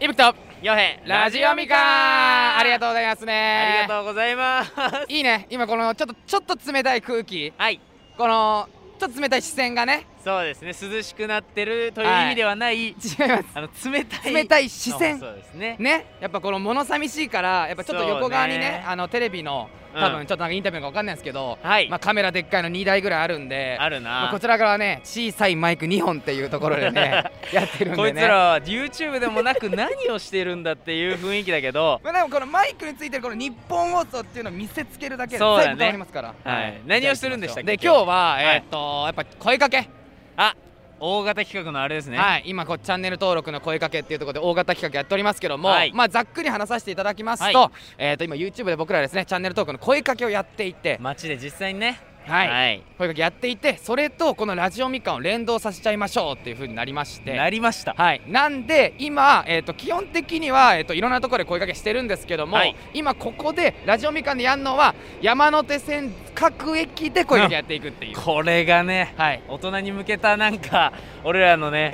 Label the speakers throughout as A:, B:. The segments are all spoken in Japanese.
A: いぶきと
B: ヨヘ
A: ラジオミカありがとうございますね
B: ありがとうございます
A: いいね今このちょっとちょっと冷たい空気
B: はい
A: このちょっと冷たい視線がね
B: そうですね涼しくなってるという
A: はい
B: 意味ではない、
A: 違います
B: あの冷たい
A: 冷たい視線
B: そうですね
A: ねやっぱこの物寂しいからやっぱちょっと横側にね
B: そうね
A: あのテレビの
B: うん
A: 多分ちょっとなんかインタビューかわかんないですけど、
B: はい、
A: まあ、カメラでっかいの2台ぐらいあるんで
B: あるな、
A: まあこちらからはね小さいマイク2本っていうところで ねやってるんでね
B: こいつらは YouTube でもなく何をしてるんだっていう雰囲気だけど、
A: まあ、でもこのマイクについてるこの日本放送っていうのを見せつけるだけで
B: そうだね
A: 全部変わりますから、
B: はい、何をしてるんでしたっ
A: で
B: け
A: 今日は、
B: い
A: えーっとやっぱ声かけ、
B: あ大型企画のあれですね、
A: はい、今こうチャンネル登録の声かけっていうところで大型企画やっておりますけども、
B: はい
A: まあ、ざっくり話させていただきますと,、
B: はい
A: えーっと今 YouTube で僕らですねチャンネル登録の声かけをやっていて、
B: 街で実際にね
A: はい
B: はい
A: 声かけやっていてそれとこのラジオみかんを連動させちゃいましょうっていうふうになりまして
B: なりました
A: はい、なんで今、えー、と基本的には、えー、といろんなところで声かけしてるんですけども、
B: はい
A: 今ここでラジオみかんでやるのは山手線各駅で声かけやっていくっていう、
B: これがね
A: はい、
B: 大人に向けたなんか俺らの ね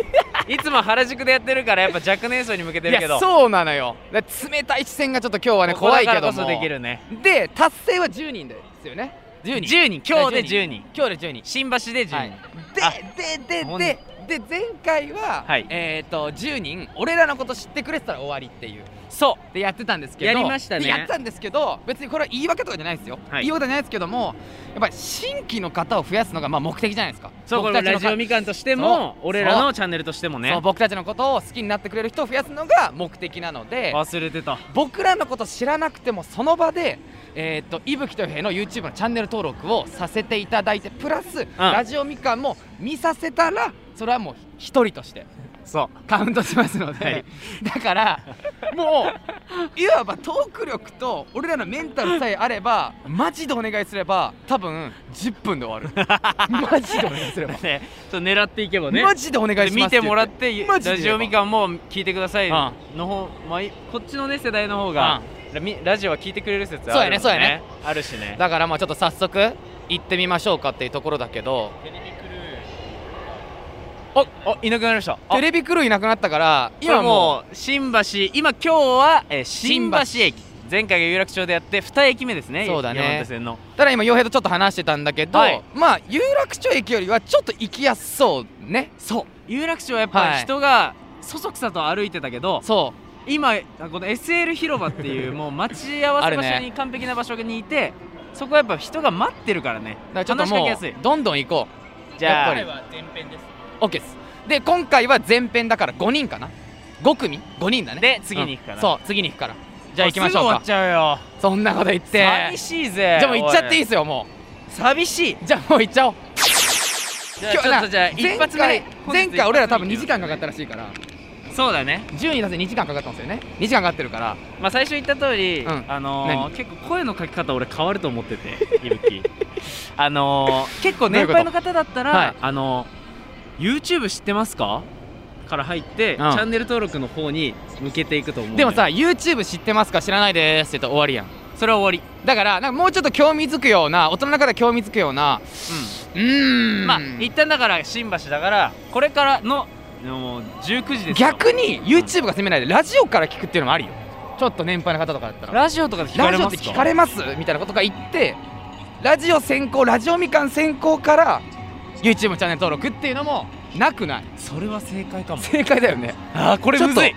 B: いつも原宿でやってるからやっぱ若年層に向けて
A: い
B: るけど
A: やそうなのよだから冷たい視線がちょっと今日はね
B: ここ
A: 怖い
B: だか
A: け
B: ら
A: ど
B: こ
A: も
B: そできるね
A: で達成は10人ですよね10人
B: 10人今日で10
A: 10
B: 人
A: 今日で10人
B: 新橋で10人、
A: はい
B: あ
A: でで
B: ほ
A: で
B: ん
A: でで前回は、
B: はい
A: えっ、と10人俺らのこと知ってくれてたら終わりっていう
B: そ
A: でやってたんですけど
B: やりましたね
A: でやったんですけど別にこれは言い訳とかじゃないですよ、
B: はい
A: 言い訳じゃないですけどもやっぱり新規の方を増やすのがまあ目的じゃないですか
B: うそうこ
A: 僕
B: れ
A: たちの
B: ラジオみかんとしても
A: そう
B: 俺らのチャンネルとしても
A: そ
B: ね
A: う僕たちのことを好きになってくれる人を増やすのが目的なので
B: 忘れてた
A: 僕らのこと知らなくてもその場でえー、と伊吹とよへいの YouTube のチャンネル登録をさせていただいてプラス、ラジオみかんも見させたらそれはもう一人として
B: そう
A: カウントしますので、
B: はい
A: だからもういわばトーク力と俺らのメンタルさえあればマジでお願いすれば多分10分で終わ るマジでお願いすれば、
B: ね、ちょっと狙っていけばね
A: マジでお願いします
B: 見てもらって
A: マジで
B: ラジオみかんも聞いてください
A: あ
B: の方、まあ、いこっちのね世代の方がラみラジオは聞いてくれる説
A: そう
B: あ
A: や
B: る
A: ね
B: もん
A: そうやね
B: あるしね
A: だからまあちょっと早速行ってみましょうかっていうところだけど
B: おおいなくなりましたあ
A: テレビクルーいなくなったから
B: 今
A: 今も
B: もう新橋今今日は、えー
A: 新
B: 新橋
A: 橋
B: 駅前回が有楽町でやって2駅目ですね
A: そうだね
B: 山手線の
A: うただ今洋平とちょっと話してたんだけど、
B: はい
A: まあ有楽町駅よりはちょっと行きやすそうね
B: そう有楽町はやっぱ
A: はい
B: 人がそそくさと歩いてたけど、
A: そ
B: 今この SL 広場っ ていうもう待ち合わせ場
A: あ
B: 所
A: る
B: に
A: ね
B: 完璧な場所にいてそこはやっぱ人が待ってるからね
A: うだからちょっと
B: 話しか
A: も
B: けやすいう
A: どんどん行こう
B: じゃあ
A: やっぱ
B: は前編です
A: OK ですで今回は前編だから5人かな5組5人だね
B: で次に行くから、
A: うんそう次に行くからじゃあ行きましょう
B: すぐ終わ
A: か
B: っちゃうよ
A: そんなこと言って
B: 寂しいぜ
A: じゃあもう行っちゃっていい
B: い
A: ですよも
B: 寂しいう
A: じゃあもう行っちゃおう
B: じゃあちょっとじゃあ
A: 前回
B: 一発目
A: 前回俺ら多分2
B: 二
A: 時間かかったらしいから
B: そうだね
A: 順位出せ2時間かかったんですよね2時間かかってるから
B: まあ最初言った通り、
A: うん
B: あのー、結構声のかけ方俺変わると思ってて いぶきあのー、結構年配の方だったら
A: どういうこ
B: あのー、YouTube 知ってますかから入って、チャンネル登録の方に向けていくと思うの
A: で
B: よ
A: もさ YouTube 知ってますか知らないですって言ったら終わりやん
B: それは終わ
A: だからなんかもうちょっと興味づくような大人の方が興味づくような
B: り、
A: うー
B: うんん、まあ一旦だから新橋だからこれからのもう19時ですよ
A: 逆に YouTube が攻めないでラジオから聞くっていうのもありよちょっと年配の方とかだったら
B: ラジオとかで聞か
A: ラ
B: れ
A: ジオ
B: ま
A: って
B: すか
A: 聞かれますみたいなことが言ってラジオ先行ラジオみかん先行から YouTube チャンネル登録っていうのもなくない
B: それは正解 かも
A: 正解だよね
B: あーこれ
A: ちょっ
B: む
A: と
B: ずい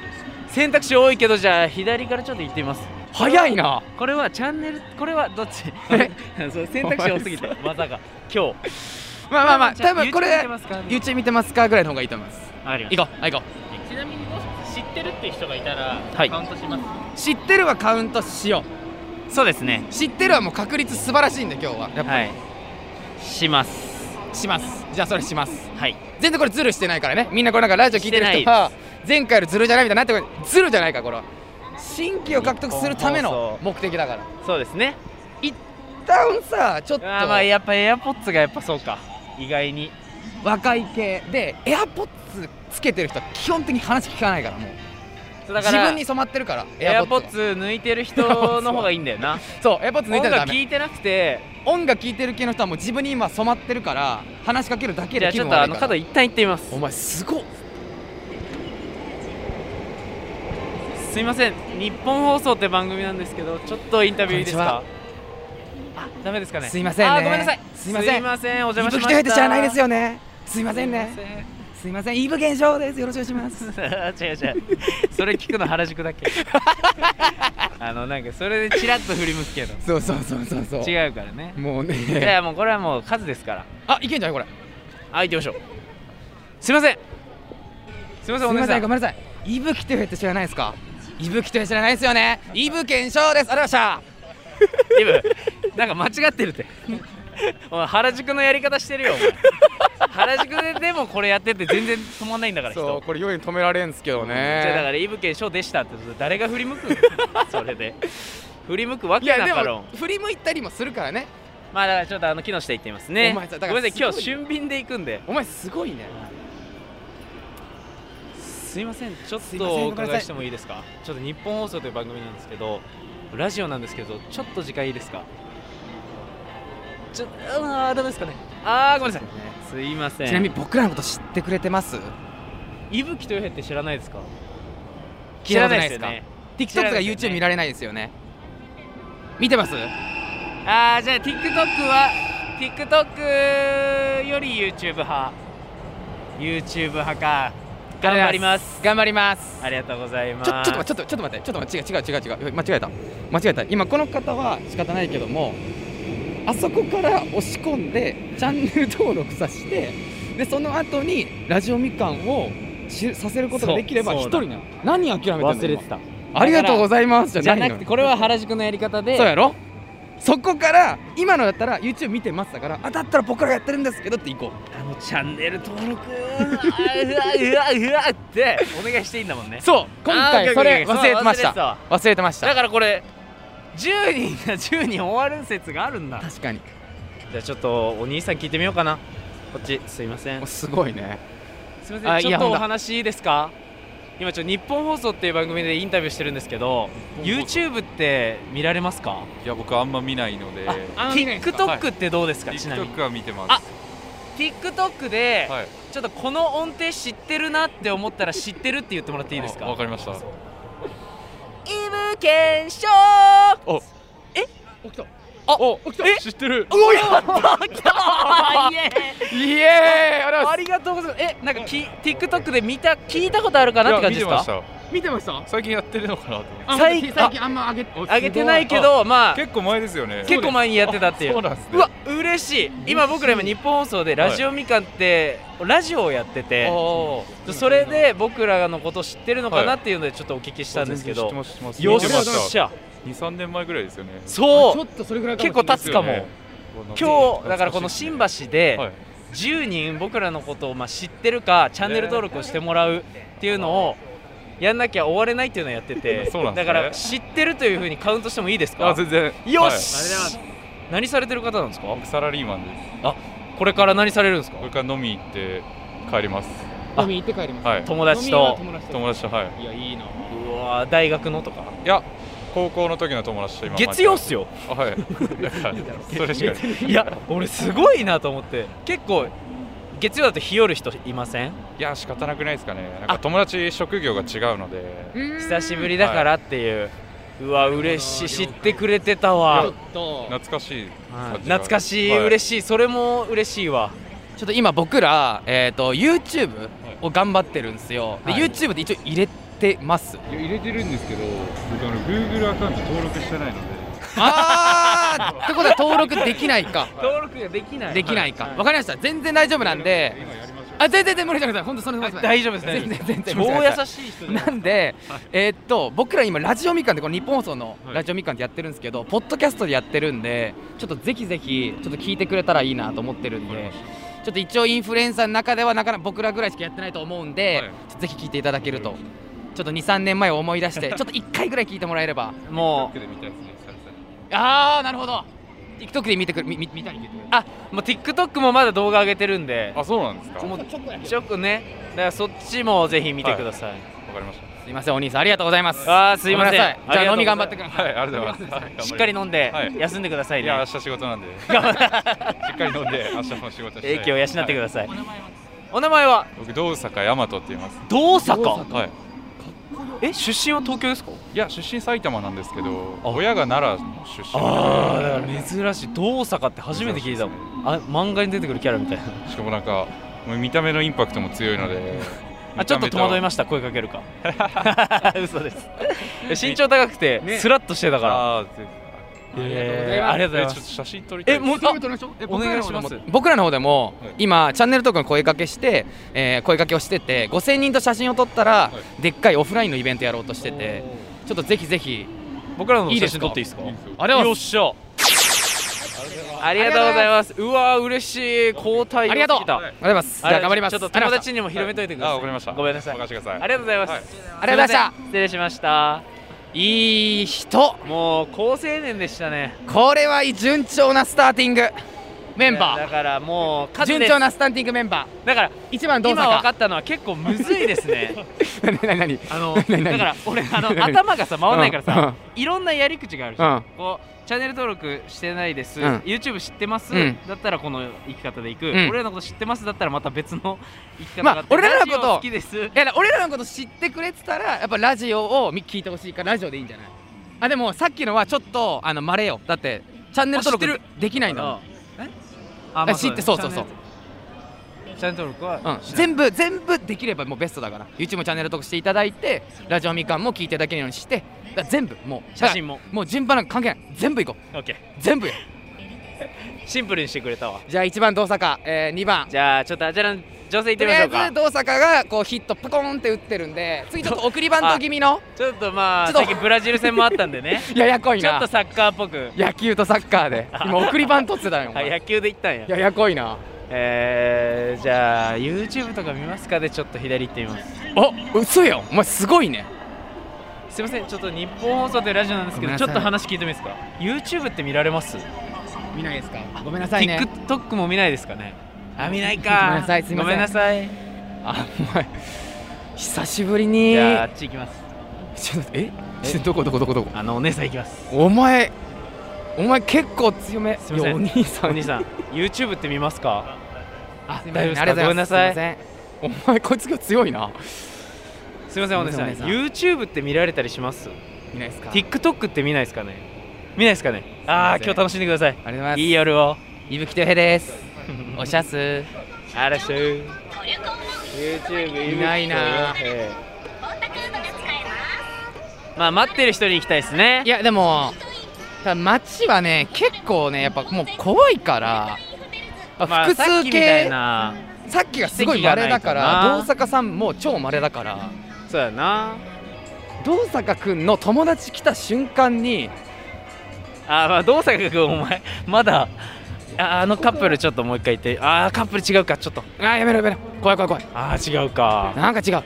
B: 選択肢多いけどじゃあ左からちょっと行ってみます
A: 早いな
B: これはチャンネルこれはどっち そう選択肢多すぎてまさか今日
A: まあまあまあ
B: じゃ
A: 多分これ
B: 見てますか
A: YouTube 見てますかぐらいの方がいいと思います
B: わかりまし
A: 行こうはい行こ
C: ちなみにもし知ってるって人がいたら、
B: はい
C: カウントします
A: う知ってるはカウントしよ
B: たそうですね
A: う知ってるはもう確率素晴らしいんで今日はやっぱ
B: はいします
A: しますじゃあそれします
B: はい
A: 全然これズルしてないからねみんなこれなんかラジオ聞いてる人は前回よりズルじゃないみたいになってこれズルじゃないからこれは新規を獲得するための目的だから
B: そうですね
A: 一旦さちょっ
B: あ
A: と
B: ーまあやっぱエアポッツがやっぱそうか意外に
A: 若い系でエアポッツつけてる人は基本的に話聞かないからもう
B: そうだか
A: 自
B: ら
A: 分に染まってるから
B: エアポッ
A: は
B: ツ抜いてる人の方がいいんだよな
A: そうエアポッツ抜い
B: 音
A: たらダ
B: 楽
A: メ
B: 聞いてなくて
A: 音楽聴いてる系の人はもう自分に今染まってるから話しかけるだけ
B: じゃ
A: で
B: あ
A: 気
B: ちょっ
A: 分
B: とあ
A: 悪い
B: の
A: から
B: 角一旦行ってみます
A: お前すごっ
B: すいません日本放送って番組なんですけどちょっとインタビューいいですかあダメですかね
A: すいませんね
B: あごめんなさい
A: すいません
B: お
A: イ
B: 邪魔し
A: ブ来
B: ました
A: てって知らないです
B: よ
A: よねすいませんねすいませんイブ現象ですよろしくお願いします
B: 違う違うそれ聞くの原宿だ っけあのなんかそれでチラッと振り向くけど
A: そうそうそうそうそ
B: 違うからね
A: うもう
B: い
A: ね
B: やもうこれはもう数ですから
A: あいけんじゃないこれ
B: あ行きましょうすいませんすいますせんお
A: み
B: 姉
A: ま
B: さ
A: せ
B: ん
A: んごめんなさいイブ来てって知らないですかイブ来て知らないですよねイブ現象ですありがとうございました
B: イブなんか間違ってるってお前原宿のやり方してるよお前原宿ででもこれやってて全然止まんないんだから人
A: そうこれ4位止められんすけどね
B: じゃあだからイブケンショーでしたって誰が振り向くのそれで振り向くわ
A: い
B: け
A: や
B: な
A: で
B: かろ
A: も
B: う
A: 振り向いたりもするからね
B: まあだからちょっとあの木下行ってみますね
A: お前さだから
B: ごめんなさい今日
A: すごい
B: 俊敏で行くんで
A: お前すごいね
B: すいませんちょっ
A: すいません
B: とお
A: ごめんなさい
B: 伺いしてもいいですかちょっと日本放送という番組なんですけどラジオなんですけどちょっと時間いいですかちょあーダメですかねあーごめんなさいすいません
A: ちなみに僕らのこと知ってくれてます
B: 伊吹とよへって知らないですか
A: 聞いたことないです
B: 知ら
A: か
B: ないですよね
A: TikTok とか
B: 知らないですよ
A: YouTube
B: ね
A: 見られないですよね見てます
B: ああじゃあ TikTok は TikTok より YouTube 派 YouTube 派か頑張ります
A: 頑張ります
B: ありがとうございま
A: ち
B: す
A: ょちょっと待ってちょっと待ってちょっと待って違う違う違う違う間違えた間違えた今この方は仕方ないけどもあそこから押し込んでチャンネル登録させてでその後にラジオみかんをしさせることができれば
B: そう
A: 一
B: そうだ
A: 人なの何諦めてんの
B: 忘れてた
A: 今ありがとうございます
B: じ
A: じゃ
B: ゃ
A: ない
B: な
A: の
B: くてこれは原宿のやり方で
A: そうやろそこから今のだったら YouTube 見てますだからあだったら僕らがやってるんですけどって行こう
B: あのチャンネル登録うわうわうわうわってお願いしていいんだもんね
A: そう今回それ
B: あー
A: 忘れてまし
B: そう忘れてた
A: た
B: わ
A: 忘れてまし
B: だ
A: た
B: からこれ10人が10人終わる説があるんだ
A: 確かに
B: じゃあちょっとお兄さん聞いてみようかなこっちすいません
A: おすごいね
B: すみま
A: あ
B: せ
A: い
B: んちょ
A: や
B: っと
A: ほん
B: お
A: だ
B: 話いいですか今ちょっと日本放送っていう番組でインタビューしてるんですけど
A: 日本放
B: YouTube って見られますか、
D: いや僕あんま見ないので
A: あ見ないんですか
B: TikTok ってどうですか、ちなみに
D: TikTok は見てます
B: TikTok で、
D: はい
B: ちょっとこの音程知ってるなって思ったら知ってるって言ってもらっていいですか
D: あわかりました
B: イブケンショー
D: お
A: 起きた
B: あおえ
D: 知ってる
A: おや
B: あいえ
A: イエーイあれ
B: ありがとうございますえなんかき TikTok で見た聞いたことあるかなって感じです
D: いや
B: か
D: 見てまし
A: 見てました
D: た最近やってるのかなと思って
A: あ
B: 最
A: 私最近あんま上げおすご
B: あげてないけどまあ
D: 結構前ですよね
B: 結構前にやってたっていう
D: あそうなんですね
B: うわ嬉しい今僕ら今日本放送でラジオみかんって、ラジオをやってて
D: お
B: それで僕らのこと知ってるのかなっていうのでちょっとお聞きしたんですけど、
D: 知ってます知ってます
B: よっ
D: 見てま
B: しゃ
D: 二三年前ぐらいですよね
A: あち
B: そ
A: ょ
B: う
A: っとそれぐらい
B: 結構
A: た
B: 経つかも、
D: ですよね
B: 今日だからこの新
D: は
B: 橋で
D: い
B: 10人僕らのことをまあ知ってるかチャンネル登録をしてもらうっていうのをやんなきゃ終われないっていうのをやってて、
D: そうなんで
B: だ
D: すね
B: から知ってるというふうにカウントしてもいいですか
D: あ全然
B: よ
D: はい
B: し、何されてる方なんですか
D: 僕サラリーマンです
B: これから何されるんですか
D: これから飲み行って帰ります
A: 飲み行って帰ります
D: はい
B: 友達と
A: 飲みは友
D: 友達とは
A: 達いやいいな
B: うわー大学のとか
D: いいや高校の時の友達と今
B: 月曜っすよ
D: あはいだからそれしかない
B: いや俺すごいなと思って結構月曜だと日和る人いません
D: いや仕方なくないですかねなんか友達職業が違うので
B: 久しぶりだからっていう、うわ嬉しい知ってくれてた
A: ちょ
B: わ
A: っと
D: 懐かしい
B: はい
D: 感じが
B: 懐かしい、
D: はい
B: 嬉しいそれも嬉しいわ
A: ちょっと今僕らえっと YouTube を頑張ってるんですよで
B: はい
A: YouTube で一応入れてます
D: いや入れてるんですけど僕あの Google アカウント登録してないので
A: あーってことは登録できないか
B: 登録ができな
A: できないか
B: は
A: わかりました全然大丈夫なんで
D: 今やりましょう
A: あ全然全然無理じゃなくて本当それ
B: あ大丈夫ですね
A: 全然全然
B: 超
A: 無理じゃなくて
B: 優しい人じゃない
A: なんで、えーっと僕ら今ラジオみかんでこの日本放送の
D: はい
A: ラジオみかんでやってるんですけど、ポッドキャストでやってるんでちょっとぜひぜひちょっと聞いてくれたらいいなと思ってるん
D: わかり
A: で
D: まし
A: ちょっと一応インフルエンサーの中ではなかなか僕らぐらいしかやってないと思うんで、
D: はい
A: ちょっとぜひ聞いていただけるとちょっと23年前を思い出してちょっと1回ぐらい聞いてもらえれば
B: もう
D: で見たいですね久々に
A: ああなるほど TikTok で見てくるみ見見たり聞いてくれる
B: あもう TikTok もまだ動画上げてるんで
D: あそうなんですか
B: も
D: わ
B: うちょっとねだからそっちもぜひ見てください、
D: かりました
A: すいませんお兄さんありがとうございます
B: あーすいませ
A: ごめ
B: ん
A: なさ
B: ありがとうござい
A: じゃあ
B: ます
A: 飲み頑張ってください、
D: はいありがとうございます
B: しっかり飲んで、
D: はい
B: 休んでください
D: い
B: ね
D: や明日仕事なんでしっかり飲んで明日も仕 事して
B: 英気を養ってくだ
D: さ
B: さい、お名前はい
D: 僕道坂大和って言います
B: 同坂
A: 同坂
D: はい
A: こよ
B: え出身は東京ですか
D: いや出身埼玉なんですけど
B: あ
D: 親が奈良の出身
B: ああだから珍しい大阪って初めて聞いたも
D: 珍
B: ん、あ漫画に出てくるキャラみたいな
D: しかもなんかもう見た目のインパクトも強いので
B: あちょっと戸惑い
D: ま
B: ました声かけるか 嘘です身長高くて
D: ね
B: スラッとしてた
D: す
B: から、
D: あーぜ
B: え
C: え
B: ーありがとうございま
D: えちょっと
B: す
D: 写真撮りたい
B: えもうあお願いします
A: 僕らの方でも
D: はい
A: 今チャンネル登録の声かけして、えー声かけをしてて5000人と写真を撮ったら
D: は
A: でっかいオフラインのイベントやろうとしててちょっとぜひぜひ
B: 僕らの
A: いい
B: 写
A: です
B: 真
A: か
B: 撮っていいですか
D: いいですよ
A: ありがとう
B: よ
A: ご
B: っしゃありがとうございますうわー嬉しい交代
A: ありがとう
B: 良すぎた
D: はい
A: ざいますじゃあ頑張ります
B: ちょっと
A: ありがとうございまし
B: 友
A: た
B: 達にも広めといてください
D: あわかりました
B: ごめんなさいあ
D: 任せてください
B: りがとうございます、
D: はい
A: ありがとうございまし
B: すません失礼しました
A: たいい人
B: もう好青年でしたね
A: これはいい順調なスターティングメン
B: いやだ
A: バ
B: からもう
A: ー
B: 数
A: 順
B: です
A: 調なスターティングメンバ
B: だから
A: ー一番どう
B: 今
A: さ
B: 分か
A: か
B: ったのは結構むずいですね
A: 何何何
B: あの
A: 何
B: だから俺あの
A: 何
B: 頭がさ回んないからさいろんなやり口があるじゃん、
A: うん
B: こうチャンネル登録してないです、
A: うん
B: YouTube 知ってます、
A: うん
B: だったらこの生き方でいく、
A: ん
B: 俺らのこと知ってますだったらまた別の生き方
A: まあ
B: があって、
A: 俺らのこと
B: ラジオ好きです
A: いやだから俺らのこと知ってくれてたらやっぱラジオをみ聞いてほしいからラジオでいいんじゃないあでもさっきのはちょっとあのまれよだってチャンネル登
B: あ知っ
A: 録できないんだもん
B: えあまあ
A: 知ってそうそうそう
B: チャンネル登録は、
A: うん、全部全部できればもうベストだから YouTube もチャンネル登録していただいてラジオみかんも聞いていただけるようにしてだから全部もう
B: 写真も
A: もう順番なんか関係ない全部いこう
B: OK
A: 全部よ
B: シンプルにしてくれたわ
A: じゃあ1番動作か、え2番
B: じゃあちょっとあちらの女性行っ
A: と
B: てみ
A: り
B: ま
A: あ
B: しょ
A: え
B: うか
A: ず動作かがこうヒットパコーンって打ってるんで次ちょっと送りバント気味の
B: ちょっとま
A: ち
B: あ
A: ょっと
B: 最近ブラジル戦もあったんでね
A: やや こい
B: ちょっ
A: な
B: とサッカーっぽく
A: 野球とサッカーで今送りバントってたよお
B: あ
A: 前
B: 野球で行ったんや
A: ややこいな
B: えー、じゃあ YouTube とか見ますかでちょっと左行ってみます
A: あ嘘やんお前すごいね
B: すいませんちょっと日本放送というラジオなんですけ
A: ごめ
B: ど
A: んなさ
B: ちょ
A: い
B: っと話聞いてもいいですか YouTube って見られます、
A: 見ないですかごめんな
B: TikTok も見ないですかねあ見ないか
A: ごめんなさいすいません
B: ごめんなさい
A: あお前久しぶりに
B: じゃああっち行きます
A: ちょっとえちょっとどこどこどこどこ
B: あのお姉さん行きます
A: お前お前結構強め
B: すいません
A: やお兄さん
B: お兄さん YouTube って見ますかあ
A: すいません
B: 大丈夫です
A: ありが
B: か
A: とう
B: ごめ
A: ござい
B: んな
A: ます
B: さい
A: すいませんお前こいつ今日強いな
B: すいませんお姉さん
A: すいませんお
B: YouTube って見られたりします
A: 見ないですか
B: TikTok って見ないですかね見ないですかねああ
A: すいません
B: 今日楽しんでください
A: ありがとうございます
B: いい 夜を
A: 伊吹へですおしゃす
B: あらしゅ YouTube
A: いないな
B: ええまあ待ってる人に行きたいですね
A: いやでもただ街はね結構ねやっぱもう怖いから
B: まあ
A: 複
B: さっ
A: 数
B: きみたい
A: 系
B: な
A: さっきがすごい稀だから
B: 奇跡がない
A: 動坂さんも超稀だから
B: そうやな
A: 動坂くんの友達来た瞬間に
B: あーまあどうさかくんお前まだああのカップルちょっともう一回言ってああカップル違うかちょっと
A: あーやめろやめろ怖い怖い怖い
B: ああ違うか
A: なんか違う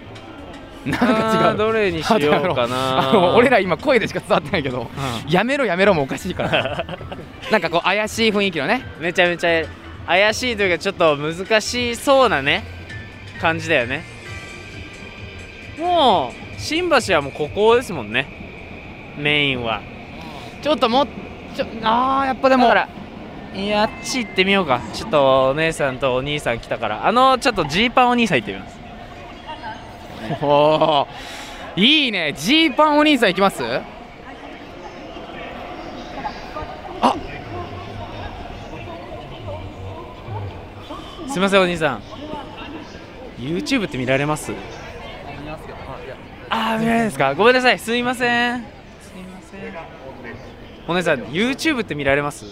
A: なん
B: あ
A: か
B: ー
A: 違う
B: どれにしようか
A: あ
B: な
A: の俺ら今声でしか伝わってないけど
B: う
A: やめろやめろもおかしいから なんかこう怪しい雰囲気のね
B: めちゃめちゃ怪しいというかちょっと難しそうなね感じだよねもう新橋はもうここですもんねメインは
A: ちょっともうちょあーやっぱで
B: で
A: も
B: もだからいやあっち行ってみようかちょっとお姉さんとお兄さん来たからあのちょっとジーパンお兄さん行ってみます
A: おーいいねジーパンお兄さんいきますあ
B: すいませんお兄さん YouTube って見られますあー見られないですかごめんなさいすいませんすいませんお姉さん YouTube って見られます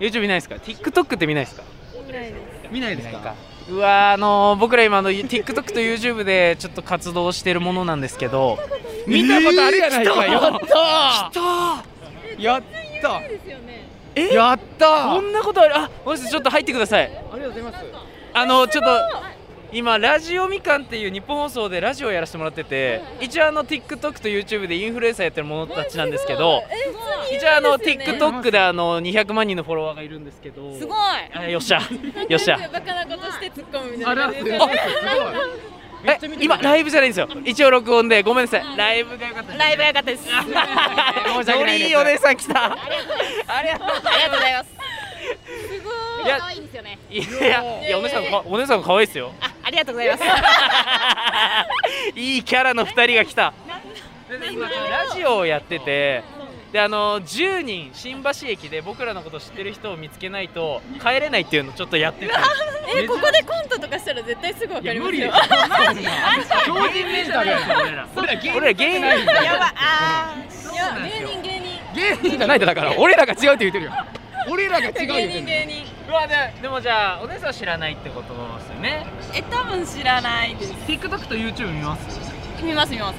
B: YouTube 見ないですか TikTok って見ないですか見ないです見ないですかうわーあのー僕ら今あの TikTok と YouTube でちょっと活動してるものなんですけど
A: 見たことあるやないか、
B: えー
A: やっ
B: 来
A: たやった
B: た
E: ですよね。
B: え
A: やった
B: こんなことあるあお姉さんちょっと入ってください
A: ありがとうございます
B: あのちょっと今ラジオみかんっていう日本放送でラジオをやらせてもらってて一応あの TikTok と YouTube でインフルエンサーやってる者たちなんですけど
E: え、普通に
B: 一応あの
E: 有名ですよね
B: TikTok であの200万人のフォロワーがいるんですけど
E: すご
B: あよっしゃよっしゃ
E: い。バカなことして突っ込むみた
A: あ
E: い
A: ら
E: な。
A: すごい
B: え今ライブじゃないんですよ一応録音でごめんなさいライブが良かった
E: ライブ良かったです。あり
A: 申し訳ない
B: ノ
A: です
B: リいいお姉さん来たありがとう
E: がとうございます。すごい。
B: いや
E: 可愛いんですよね。
B: いやいやお姉さんかお姉さん可愛いですよ
E: あ、あありがとうございます。
B: いいキャラの2人が来たで
E: な
B: 今ラジオをやっててであの10人新橋駅で僕らのこと知ってる人を見つけないと帰れないっていうのをちょっとやってて
E: え、ここでコントとかしたら絶対すぐわかりますよ。
B: い
E: や
B: や無理で
C: 超人メンタルやん俺ら
B: 俺ら芸人
E: ばい、あーいや、芸人、芸人。
A: 芸人じゃないんだだから俺らが違うって言ってるよ俺らが違う言
E: 芸
A: って
E: 人、
A: んだよ
E: 芸人。
B: うわででもじゃあお姉さんは知らないってことですよね
E: え、多分知らないです。
B: TikTok と YouTube 見ます
E: 見ます、見ます。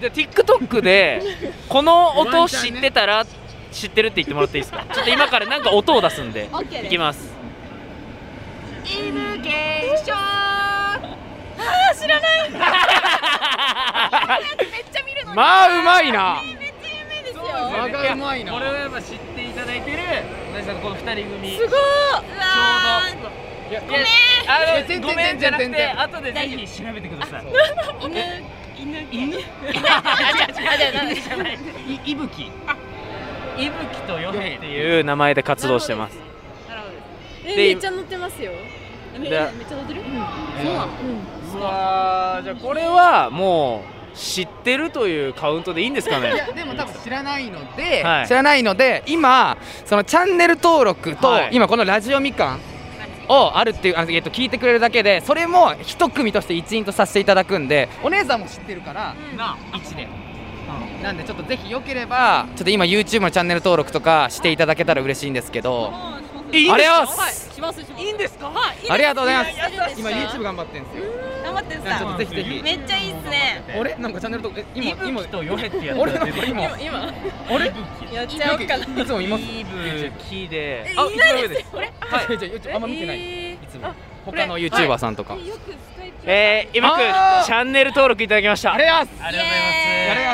B: じゃあ TikTok でこの音知ってたら知ってるって言ってもらっていい ですかちょっと今からなんか音を出すんで
E: OK です
B: いきます
E: 犬芸者。あー、知ら ない。めっちゃ見るのに。
A: まあうまいな
E: めっちゃ有名ですよ。
A: 間がうまいな
B: これはやっぱ知っていただいてるお姉さんのこの2人組
E: すごー。うわー。
A: いや
B: ごめんあ
A: 全然
B: のごめんじゃなく
A: 全
B: て
A: 然
B: 後でぜひ調べてください
E: 犬犬犬
B: 違うじゃないいいぶきいぶきとよへっていう名前で活動してます
E: え
B: で
E: めっちゃ乗ってますよえめっちゃ乗ってるそうなの
B: うわーじゃあこれはもう知ってるというカウントでいいんですかね
A: いやでも多分知らないので、
B: はい
A: 知らないので今そのチャンネル登録と、
B: はい
A: 今このラジオみかんをあるっていうあの、えっと、聞いてくれるだけでそれも一組として一員とさせていただくんでお姉さんも知ってるから
B: な1で
A: なんでちょっとぜひよければちょっと今 YouTube のチャンネル登録とかしていただけたら嬉しいんですけど
B: いいん
A: あ
B: で
A: り
B: す
A: がとうござい
B: か
E: は
A: ま
E: い
A: す
E: しますしますいいんですかはい
A: ありがとうございます
E: 今
A: 今 YouTube
E: YouTube
A: 頑張ってんですよ
E: 頑張ってる
A: なんでちょっ
E: さ
A: とぜひぜひ
E: めっちゃいいっすね
A: 俺なんかチャンネル登録え
B: い
A: 今
B: ぶ
A: 今
B: きとよへってやつ
A: 俺の今
E: 今今
A: 俺
E: やっちゃおうかない
A: つもいます
B: いぶきで
E: え
B: あ
E: いない
B: 一番上
E: ですよ俺
A: はいじゃああんま見てないい
E: えー
A: つ
E: あ
A: も他の YouTuber さんとか、
E: よくスカイプ
B: えー、今く
A: あー
B: チャンネル登録いただきました
A: ありがとうございます
B: あ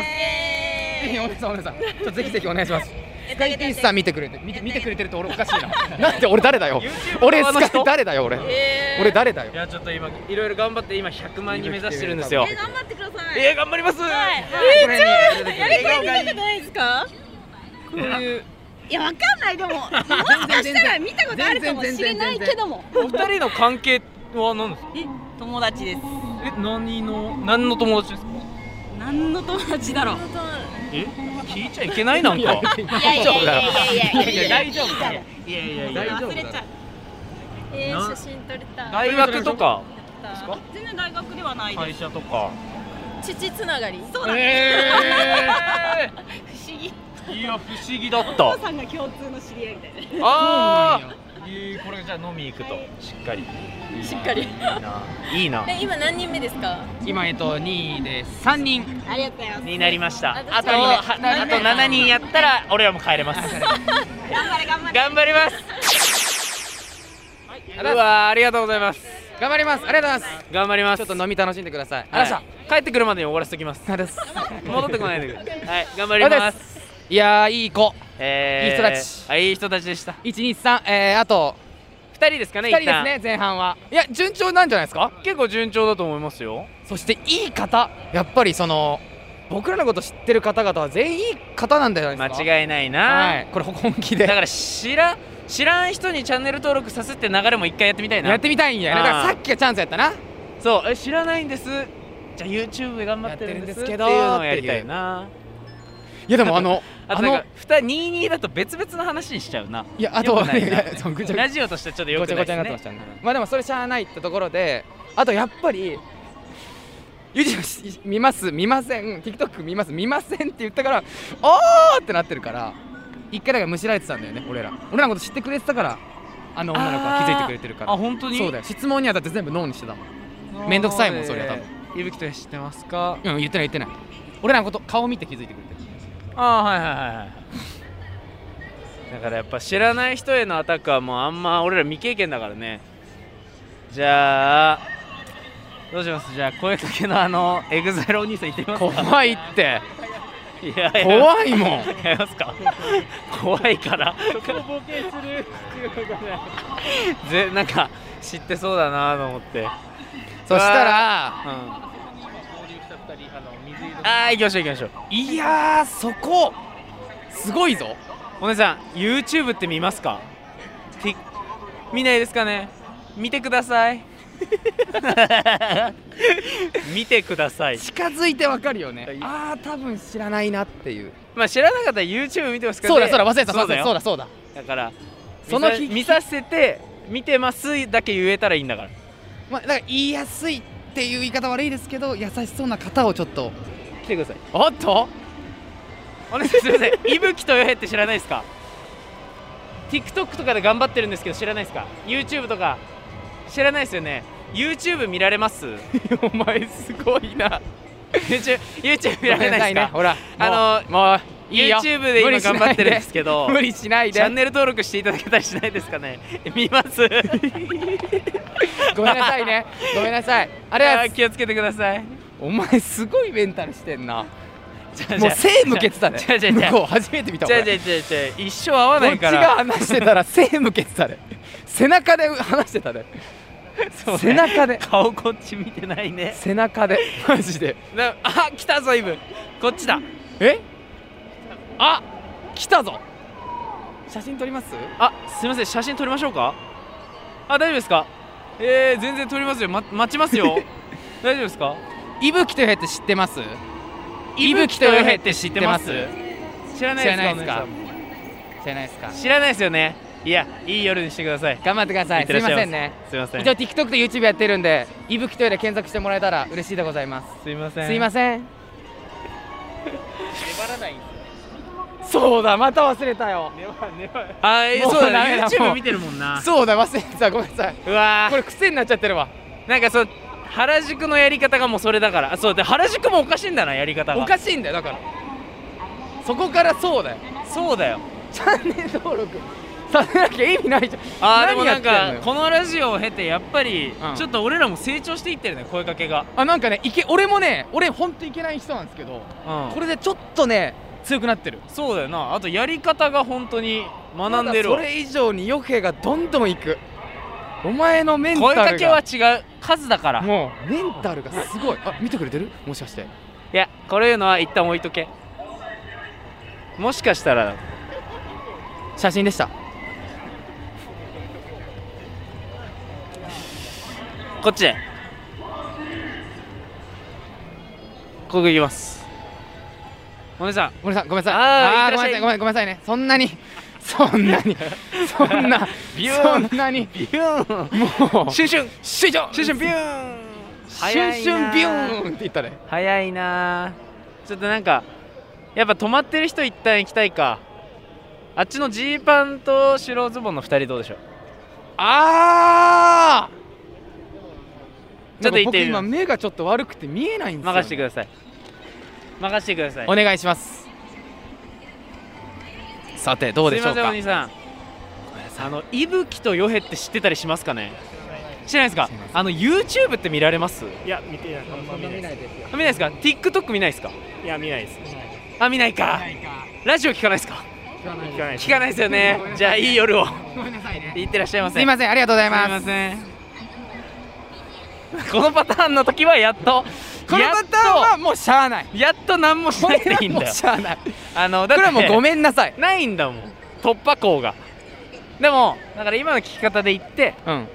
B: り
E: イエー
B: がとうござい
E: イ
A: ありがとうございますぜひ
E: え
A: お姉さんお姉さん、ちょっとぜひぜひお願いします。
E: ー
A: スカイピースさん見てくれて、見て見てくれてると俺おかしいな。なんで俺誰だよ。俺スカイ誰だよ俺。
E: えー
A: 俺誰だよ
B: ますい。やちょっと今いろいろ頑張って今100万人目指してるんですよ
E: え頑張ってください
B: えー、頑張ります、
E: はい
A: これに
E: やりたい見たくないですかこういういやわかん ないでももしかしたら見たことあるかもしれないけども
B: お二人の関係は何ですか
E: え友達です
B: え何の何の友達ですか
E: 何の友達だろう
B: え聞いちゃいけないなんか
E: いやいやいやいやいやいやいや
B: 大丈夫だよいやいやいや
A: 大丈夫
E: 忘れちゃうえー、写真撮りたい
B: 大学とか
E: 全然大学ではない
B: 会社とか
E: す父つながりそうだね
B: え
E: 不思議
B: ー、いや不思議だった
E: さんが共通の知り合いみたいな
B: ああえー、これじゃあ飲み行くとしっかり
E: しっかり
B: いいな
E: え今何人目ですか
A: 今えっと2位で3人。
E: ありがとうございます
B: になりましたあ
E: あ
B: と
E: と
B: は
E: 二人
B: あと7人やったら俺らも帰れます
E: 頑張れ頑張れ
B: 頑張りますうわーありがとうございます
A: 頑張ります。ありがとうございます。
B: 頑張ります
A: ちょっと飲み楽しんでください。あら
B: はい
A: っしゃ。
B: 帰ってくるまでに終わらせておきます
A: ありがとうございます。
B: 戻ってこないでくださいはい頑張
A: あ
B: り
A: りがとうござ
B: ま
A: い
B: す
A: ます。いやーいい子。
B: え
A: いい人たち
B: あいい人たちでした
A: 1、2、3、えー、あと
B: 二人ですか
A: 2
B: ね一
A: 人
B: 旦
A: ですね、前半は。いや、順調なんじゃないですか
B: 結構順調だと思いますよ
A: そしていい方。やっぱりその、僕らのこと知ってる方々は全員いい方なんじゃないですか違い
B: 間違いないな、
A: はい。これ本気で
B: だ。から知ら知らん人にチャンネル登録させって流れも一回やってみたいな
A: やってみたいんやねだか
B: あ
A: ら
B: ー
A: さっきがチャンスやったな
B: そうえ知らないんですじゃあ YouTube で頑張ってるんで
A: やっ
B: す
A: てるんです
B: け
A: け
B: ど
A: ど
B: っていうのをやりたいない
A: やでもあの
B: あ
A: あ
B: となん
A: の
B: か2二二だと別々の話にしちゃうない
A: やあと
B: よくないない
A: やい やそうぐちゃぐちゃ
B: ラジオとしてはちょっとよ
A: ごち
B: く
A: ゃご
B: ないで
A: ちゃ
B: す
A: になってました
B: ね
A: ねまあでもそれしゃあないってところであとやっぱり YouTube 見ます見ません TikTok 見ます見ませんって言ったからあーってなってるから一回だからむしられてたんだよね俺ら俺らのこと知ってくれてたからあの女の子は気づいてくれてるから
B: あ本当に
A: そうだよ質問にはだって全部ノーにしてたもんめんどくさいもんそりゃ多分
B: いぶきと知ってますか
A: うん言ってない言ってない俺らのこと顔見て気づいてくれて る
B: ああはいはいはいはいだからやっぱ知らない人へのアタックはもうあんま俺ら未経験だからねじゃあどうしますじゃあ声かけのあのエグザイルお兄さん行ってみますか
A: 怖いって
B: いやや
A: 怖いもん
B: やりますか怖い から
C: 冒険する
B: ぜなんか知ってそうだなと思って、うん、
A: そしたら
B: ああ行きましょう行きましょう
A: いやーそこすごいぞ
B: お姉さん YouTube って見ますか Tik- 見ないですかね見てください見てください
A: 近づいてわかるよね
B: い
A: ああ多分知らないなっていう
F: まあ知らなかったら YouTube 見てますから
A: そうだそうだ忘れてた
F: そ
A: そうう
F: だ
A: だ
F: よ
A: そうだそうだ
B: だから
A: その日
B: 見さ見させて見てますだけ言えたらいいんだから
A: まあだから言いやすいっていう言い方悪いですけど優しそうな方をちょっと
B: 来てください
F: おっと
B: お姉さんすいません伊吹とよへって知らないですか
F: TikTok とかで頑張ってるんですけど知らないですか YouTube とか
B: 知らないですよね YouTube 見られます
F: お前すごいな
B: YouTube, YouTube 見ら
A: ごめ
B: れないですか
A: んなさいねほら
B: あの
F: もういいよ
B: YouTube で
F: 無理し
B: 今
F: ないで
B: 頑張ってるんですけど
F: 無理しない
B: チャ
F: で
B: ンネル登録していただけたりしないですかね 見ます
A: ごめんなさいねごめんなさいあれ
B: あ
A: は
B: ー気をつけてください
A: お前すごいメンタルしてんなも
B: も
A: う背向けてたね
B: 違う違う違う
A: 向こう初めて見た
B: じゃ
A: 俺
B: あじゃあじゃあじゃあ一生合わないか
A: こっちが
B: ら
A: 話してたら背向けてたね背中で話してたね
B: そうね
A: 背中で
B: 顔こっち見てないね
A: 背中でマジで
B: なあ来たぞイブこっちだ
A: えあ来たぞ写真撮ります
B: あすいません写真撮りましょうかあ大丈夫ですかえー、全然撮りますよ、ま、待ちます よ大丈夫ですか
A: 伊吹とよへって知ってます
B: 伊吹とよへって知ってます知らない
A: 知らないで
B: で
A: すす
B: か
A: か知らないですか
B: 知らないですよねいやいい夜にしてください
A: 頑張ってくださ
B: い
A: いす
B: ってら
A: い
B: っし
A: ま
B: ゃい
A: せん
B: ませ
A: ね
B: すいません
A: 一応 TikTok と YouTube やってるんで伊吹とよへで検索してもらえたら嬉しいでございます
B: すいません
A: すいません粘らないそうだまた忘れたよ
B: あー
A: もう
B: そうだ
A: ダメ
B: ね
A: だ
B: YouTube
A: もう
B: 見てるもんな
A: そうだ忘れてたごめんなさいう
B: わ
A: これ癖になっちゃってるわ
B: ーなんかそう原宿のやり方がもうそれだからあそうで原宿もおかしいんだなやり方が
A: おかしいんだよだからそこからそうだよ
B: そうだよ
A: チャンネル登録させなきゃ意味ないじゃん
B: あーでもなん
A: 何やってんの
B: か
A: よ
B: このラジオを経てやっぱり
A: うん
B: ちょっと俺らも成長していってるね声かけが
A: あなんかねいけ俺もね俺ほんといけない人なんですけど
B: うん
A: これでちょっとね強くなってる
B: そうだよなあとやり方が本当に学んでる
A: た
B: わ
A: だそれ以上にヨヘがどんどんいくお前のメンタル
B: 声
A: が
B: かけは違う数だから
A: もうメンタルがすごいあ見てくれてるもしかして
B: いやこれいうのは一旦置いとけもしかしたら
A: 写真でした
B: こっちでここ行きますお姉さん
A: 森さんごめんなさい
B: あー
A: ーごめんな
B: いってらっしゃ
A: さ
B: い
A: いごめんごめんなさいねそん なにそんなにそんな
B: ビューン
A: そんなに
B: ビューン
A: もう
B: シュンシュン
A: シュシュ
B: シュンシュンビュ
A: ン
B: ーン
A: シュンシュンビューンって言ったね
B: 早いなちょっとなんかやっぱ止まってる人一旦行きたいかあっちのジーパンと白ズボンの2人どうでしょう
A: あー
B: ちょっと行って
A: 僕
B: みよう
A: 今目がちょっと悪くて見えないんですよ、ね、
B: 任せてください任せてください
A: お願いしますさてどうでしょう
B: す
A: か
B: いませんお兄さんあの伊吹とヨヘって知ってたりしますかね知らないですか
A: 知らないです
B: あの YouTube って見られます
G: いや、見てない。あんま見ないで
B: あ見ないですか TikTok 見ないですか
G: す。いや、見ないです。
B: あ見ないかラジオ聞かないですか
G: 聞かないです
B: 聞。かないですよねじゃあいい夜をいってらっしゃいませ
A: すいませんありがとうございます
B: せんこのパターンの時はやっと
A: この
B: やっ
A: パ
B: と
A: ターンはもうしゃあない
B: やっと何もし
A: こ
B: な
A: れ
B: いでいいん
A: はも
B: だ
A: う
B: よ
A: しゃあない
B: あの
A: こ
B: だっ
A: れ
B: て
A: はもうごめんなさい
B: ないんだもん突破口がでもだから今の聞き方で言って
A: うん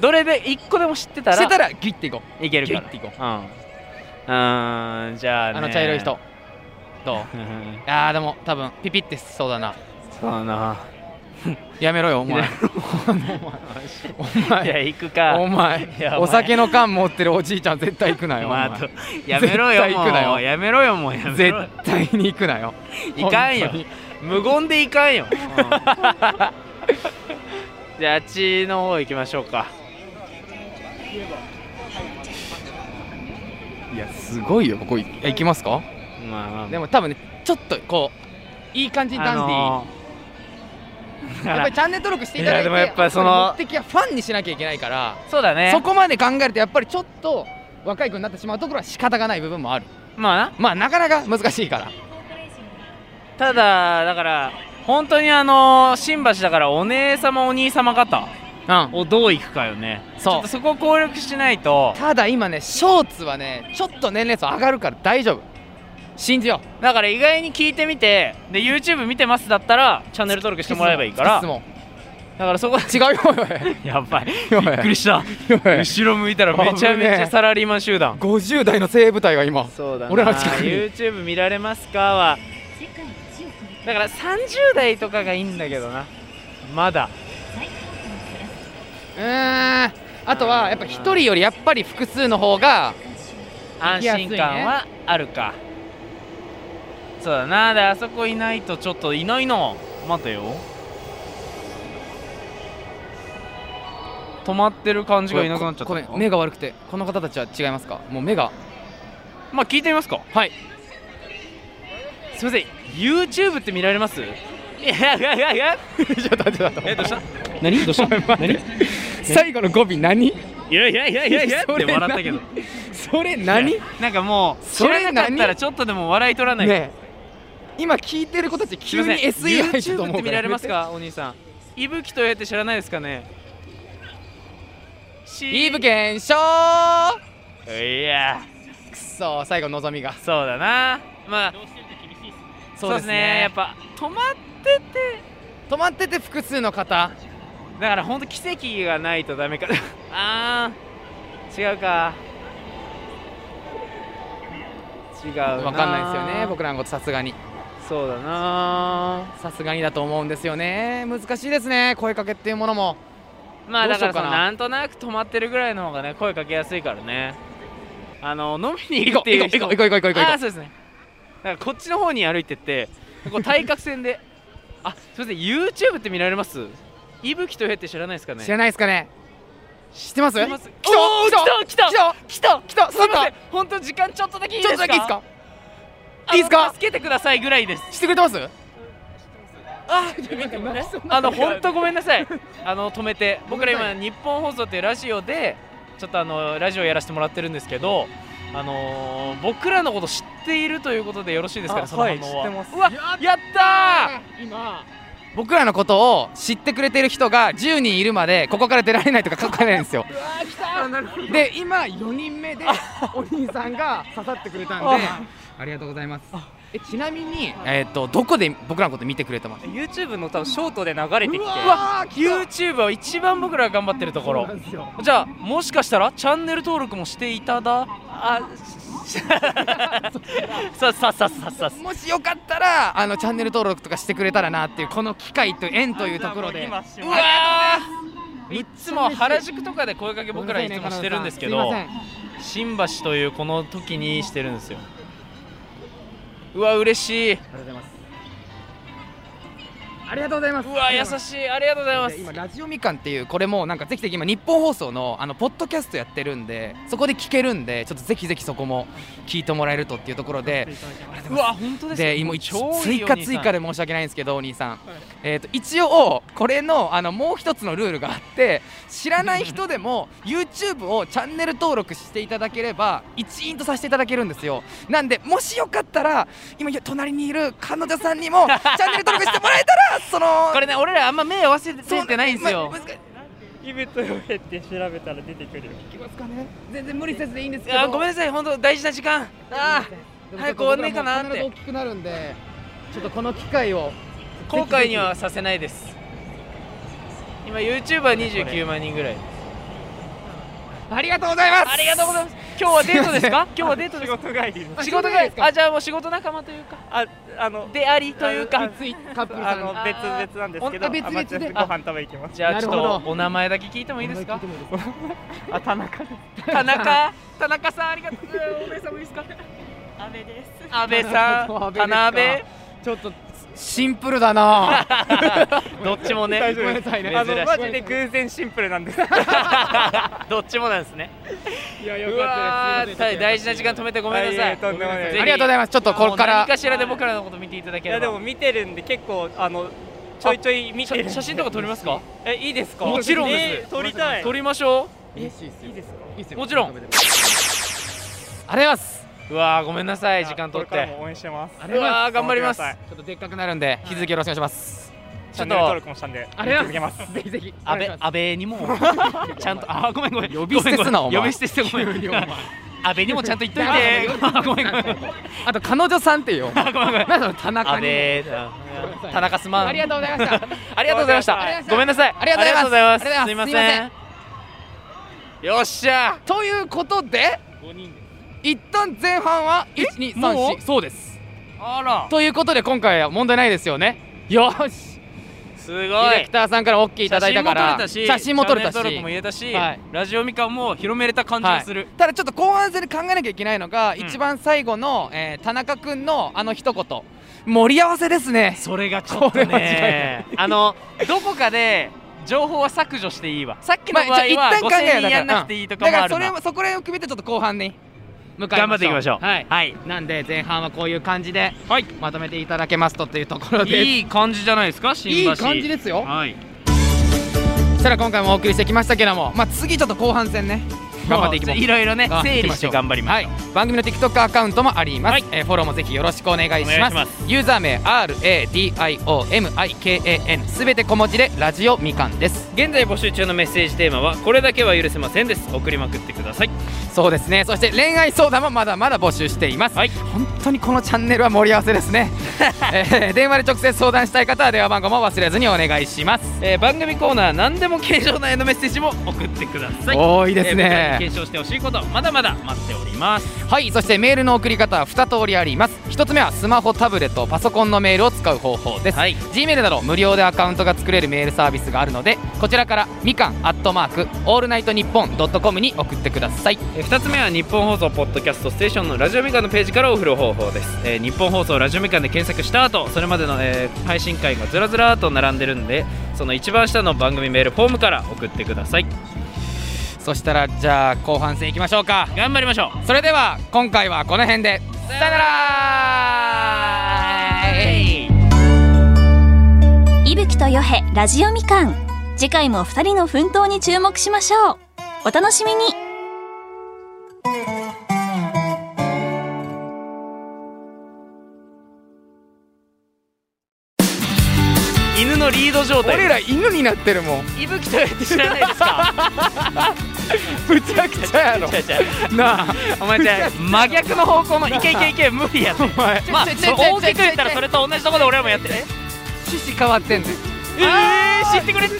B: どれで一個でも知ってたら
A: してたらギュッていこ
B: いけるから
A: ギュッていこ
B: うんうーんじゃあ
A: う
B: ね
A: あの茶色い人どう
B: うん
A: あーでも多分ピピってしそうだな
B: そうだな
A: やめろよお前
B: や
A: お
B: いや
A: 前
B: 行く
A: お
B: かいや
A: 前
B: お前
A: お酒の缶持ってるおじいちゃん絶対行くなよお
B: まあ
A: 前
B: あとやめろよ
A: 絶対行くなよ
B: もうやめろよもうやめ
A: 絶
B: ろよ
A: 対に行くなよ
B: いかんよ
A: 本当に
B: 無言でい かんよじゃああっちの方行きましょうか
A: いやすごいよここい行きますか
B: まあまあ
A: でも多分ねちょっとこういい感じにダンディー、
B: ー
A: やっぱりチャンネル登録していただいて
B: いやでもやっぱその
A: やっぱり目的はファンにしなきゃいけないから、
B: そうだね
A: そこまで考えるとやっぱりちょっと若い子になってしまうところは仕方がない部分もある
B: まあな
A: まあなかなか難しいから
B: ただだから本当にあの新橋だからお姉様お兄様方
A: うん
B: をどういくかよね
A: そう
B: ちょっとそこを攻略しないと
A: ただ今ねショーツはねちょっと年齢層上がるから大丈夫信じよう
B: だから意外に聞いてみてで YouTube 見てますだったらチャンネル登録してもらえばいいから
A: 質問
B: だからそこ
A: 違うよお
B: やばい
A: いおい
B: びっくりした
A: いおい
B: 後ろ向いたらめちゃめちゃサラリーマン集団
A: 50代の精鋭部隊が今
B: そうだな
A: 俺らの近くに
B: YouTube 見られますかはだから30代とかがいいんだけどなまだ
A: うーんあとはやっぱ一人よりやっぱり複数の方が
B: 安心感はあるか、そうだなであそこいないとちょっといないの待てよ止まってる感じがいなくなっちゃった
A: ごめん目が悪くてこの方たちは違いますかもう目が
B: まあ聞いてみますかはいすいません YouTube って見られますいやいやいやいや
A: ちょっとちょっと
B: えどうした
A: 何ど うした何 最後の語尾何
B: いやいやいやいやいやっ
A: それ
B: て笑ったけど
A: それ何
B: いやなんかもう
A: そ
B: そ
A: れ
B: れなかっ
A: 何
B: たらちょっとでも笑い取らないと
A: ねえ今聞いてる子たち
B: すい
A: 急
B: ませ
A: に
B: ん
A: SE 入ったと
B: YouTube
A: 思うか
B: って
A: ら
B: 見られます かお兄さん伊吹とやって知らないですかね
A: イ
B: し
A: ーブ検証く
B: いや
A: そ最後望みが
B: そうだなまあそうですねやっぱ止まってて
A: 止まってて複数の方
B: だから本当奇跡がないとダメかあー違うか違うな
A: わかんないですよね僕らのことさすがに
B: そうだな
A: さすがにだと思うんですよね難しいですね声かけっていうものも
B: まあ
A: どう
B: だ
A: しよ
B: か
A: う
B: ら
A: か
B: そ
A: な
B: のなんとなく止まってるぐらいの方がね声かけやすいからねあの飲みに
A: 行
B: 行く
A: こ
B: っ
A: う
B: ていう
A: 行
B: 人
A: こう行こう行こう行こう
B: あ
A: 行
B: あそうですねだからこっちの方に歩いてってこう対角線で あすみません YouTube って見られます伊吹とへって知らないですか
A: こ
B: ね
A: う知らないですかね知ってます
B: 知
A: 来
B: って
A: た
B: ますおー
A: 来
B: 来
A: た
B: た
A: 来た来た来た
B: すみ
A: 刺
B: ま
A: さ
B: せ
A: っ
B: ん本当時間ちょっとだけい
A: たち
B: いで
A: ょっとだけいいです
B: すか
A: か
B: あの
A: いいですか
B: 助けてくださいぐらい です
A: してくれてます
B: ああ
A: あ
B: の
A: の
B: 本
A: 本
B: 当ごめんなさいあの止めて僕ら
A: ごめ
B: 今日本放送っていうラジオでちょっとあのラジオやらせてもらってるんですけどあのー、僕らのこと知っているということでよろしいですかねその反応は、
A: ます
B: うわやった
A: 僕らのことを知ってくれてる人が10人いるまでここから出られないとか書かないんですよで今4人目でお兄さんが刺さってくれたんでありがとうございますえちなみに、えー、とどこで僕らのこと見てくれてます
B: YouTube の多分ショートで流れてきて
A: うわー来た
B: YouTube は一番僕らが頑張ってるとこ
A: そ
B: ろ
A: うなんですよ
B: じゃあもしかしたらチャンネル登録もしていただあ さささささ
A: もしよかったらあのチャンネル登録とかしてくれたらなっていうこの機会と縁というところで
B: うわーいつも原宿とかで声かけ僕らいつもしてるんですけど新橋というこの時にしてるんですようわ嬉しい
A: ありがとうございます
B: うわ優しいありがとうございます
A: 今ラジオみかんっていうこれもなんかぜひぜひ今日本放送のあのポッドキャストやってるんでそこで聞けるんでちょっとぜひぜひそこも聞いてもらえるとっていうところで
B: うわ本当ですね
A: で今一
B: 超
A: 追
B: いいよ
A: 加
B: お兄さん
A: 追加で申し訳ないんですけどお兄さん、えー、と一応これのあのもう一つのルールがあって知らない人でも YouTube をチャンネル登録していただければ一員とさせていただけるんですよなんでもしよかったら今隣にいる彼女さんにもチャンネル登録してもらえたらその
B: これね俺らあんま目合わせ
A: そう
B: てないんですよ
A: ま難しい
C: イブとヨヘって調べたら出てくるよ。
A: いきますかね全然無理せずでいいんですけど
B: あごめんなさい本当大事な時間あ
A: でも
B: 早く終わんねえかなって
A: 僕らも必ず大きくなるんでちょっとこの機会を
B: ー後悔にはさせないです今 YouTuber29 万人ぐらい
A: ありがとうございます
B: ありがとうございます今日はデートです か今日はデートですか
C: 仕事帰りの
A: あ
B: 仕事
A: そうなん
B: が
A: ですか
B: あじゃあもう仕事仲間というか
C: あ、あの、
B: でありというか
A: ついカップル
C: あ
A: さん
C: の
A: に
C: 別々なんですけど、
A: あ別々で
C: アマチュアご飯食べ行きます。
B: じゃあちょっ
A: なるほ
B: とお名前だけ聞いてもいいですか
C: あ、田中です。
B: 田中 田中さんありがとうお名さんもいいですか
H: 安倍です。
B: 安倍さ
A: そう安倍
B: ん
A: ですか
B: 田辺
A: ちょっとシンプルだ な
B: どっちもね
C: 大丈夫です。
A: ごめんな
B: さ
C: あ
B: いね
C: の、マジで偶然シンプルなんです。
B: どっちもなんですね
C: いや、
B: うわー大大事な時間止めてごめんなさい
C: とんでもない
B: ぜ
A: あ
B: ひ
A: りがとうございますちょっとこれか
B: もう何
A: ら
B: かしらで僕らのこと見ていただ
C: い
B: けれ
C: や、
B: ば
C: でも見てるんで、結構、あの、ちょいちょい見てるん
B: 写
C: で。
B: 写真とか撮りますか
C: え、いいですか
B: もちろんです
C: えー撮りたい。
B: 撮りましょ
A: 嬉しいですよ
C: いいですか
A: いいですよ
B: もちろ
A: あ
B: ん
A: りがとうございます
B: ううわーごめんなさい時間取っ
C: これから
B: て
C: も応援してます。
A: ありがとうございます
B: うわー頑張ります
C: 頑張ってください
A: ちょっとでっかくなるんで引き続きよろしくお願いします
C: チャンネル登録もしたんで、
A: ありがとうご
C: 続
A: ざ
C: け
A: い
C: ま。
A: ますすぜひぜひ
B: 安倍安倍にもちゃんとあーごめんごめん
A: 呼び捨てすなお前
B: 呼び捨てしてごめん
A: 急にお前
B: 安倍にもちゃんと言っといて ごめんごめん
A: あと彼女さんってよ
B: あ ごめんごめん
A: なんだ田中に
B: 安倍だ田中すまん
A: ありがとうございました
B: ありがとうございまし
A: ありがとうございま
B: た
A: し。た
B: ごめんなさい。
A: ありがとうございます
B: ありがとうございます。すいま
A: あり
B: せん。よっしゃ。
A: ということで一旦前半は1234そうです
B: あら。
A: ということで今回は問題ないですよねよし
B: す
A: デ
B: ご
A: ィレ
B: い
A: ク。ターさんから OK いただいたから
B: 写真も撮れたし、チャンネル登録も入れたし
A: はい、
B: ラジオみかんも広めれた感じ
A: は
B: が
A: い
B: する。
A: ただちょっと後半戦で考えなきゃいけないのが、
B: ん
A: 一番最後の、えー田中君のあの一言盛り合わせですね
B: それがち
A: ょっとね
B: あのどこかで情報は削除していいわ。さっきの場合
A: まあ一
B: は
A: 旦考えようだ
B: 5000
A: か
B: 人
A: ら
B: やんなくていいとか
A: だ
B: も
A: か
B: あ
A: らそ
B: る
A: れ
B: な
A: も。そこら辺を含めてちょっと後半に向かいましょう
B: 頑張っていきましょう。
A: はい、
B: はい。
A: なんで前半はこういう感じで、まとめていただけますとというところです
B: いい感じじゃないですか、新橋。
A: いい感じですよ
B: はい。
A: そしたら今回もお送りしてきましたけども、まあ、次ちょっと後半戦ね頑張っていきましょう
B: いろい ろね
A: あ
B: 整理して頑張りま
A: は
B: し
A: い
B: ょう。、
A: 番組の TikTok アカウントもあります、
B: はい
A: えーフォローもぜひよろしくお願いします
B: お願いしま
A: ユーザー名 RADIOMIKAN すべて小文字でラジオみかんです
B: 現在募集中のメッセージテーマはこれだけは許せませんです送りまくってください
A: そうですねそして恋愛相談もまだまだ募集しています、
B: はい
A: 本当にこのチャンネルは盛り合わせです ね、えー電話で直接相談したい方は電話番号も忘れずにお願いします
B: えー番組コーナー何でも形状内のメッセージも送ってください
A: 多い
B: えー
A: です
B: 僕らに
A: ね、
B: 検証してほしいことまだまだ待っております
A: はいそしてメールの送り方は2通りあります1つ目はスマホタブレットパソコンのメールを使う方法です、
B: はい
A: Gmail など無料でアカウントが作れるメールサービスがあるのでこちらからみかんアットマークオールナイトニッポンドットコムに送ってください
B: えー、2つ目は日本放送ポッドキャストステーションのラジオみかんのページから送る方法です、えー日本放送ラジオみかんで検索した後それまでの、えー配信回がずらずらーっと並んでるんでその一番下の番組メールフォームから送ってください
A: そしたらじゃあ後半戦いきましょうか
B: 頑張りましょう
A: それでは今回はこの辺でさよなら
I: いぶきとよへラジオみかん次回も2人の奮闘に注目しましょうお楽しみに
B: 犬のリード状態
A: 俺ら犬になってるもん
B: いぶきとやって知らないで すか
A: むちゃくちゃやろ
B: 違う違う
A: なあ
B: お前じゃあ真逆の方向のいけいけいけ無理やねまあ
A: ちょちょちょ
B: 大きく言ったらそれと同じところで俺らもやってえ
A: 趣旨変わってんで
B: ー知ってくれて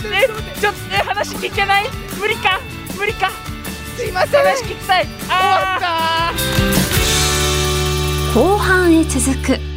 B: えちょっとえ話聞けない無理か無理か
A: すいません
B: ¡Ah! 話聞きたいあー
I: 後半へ続く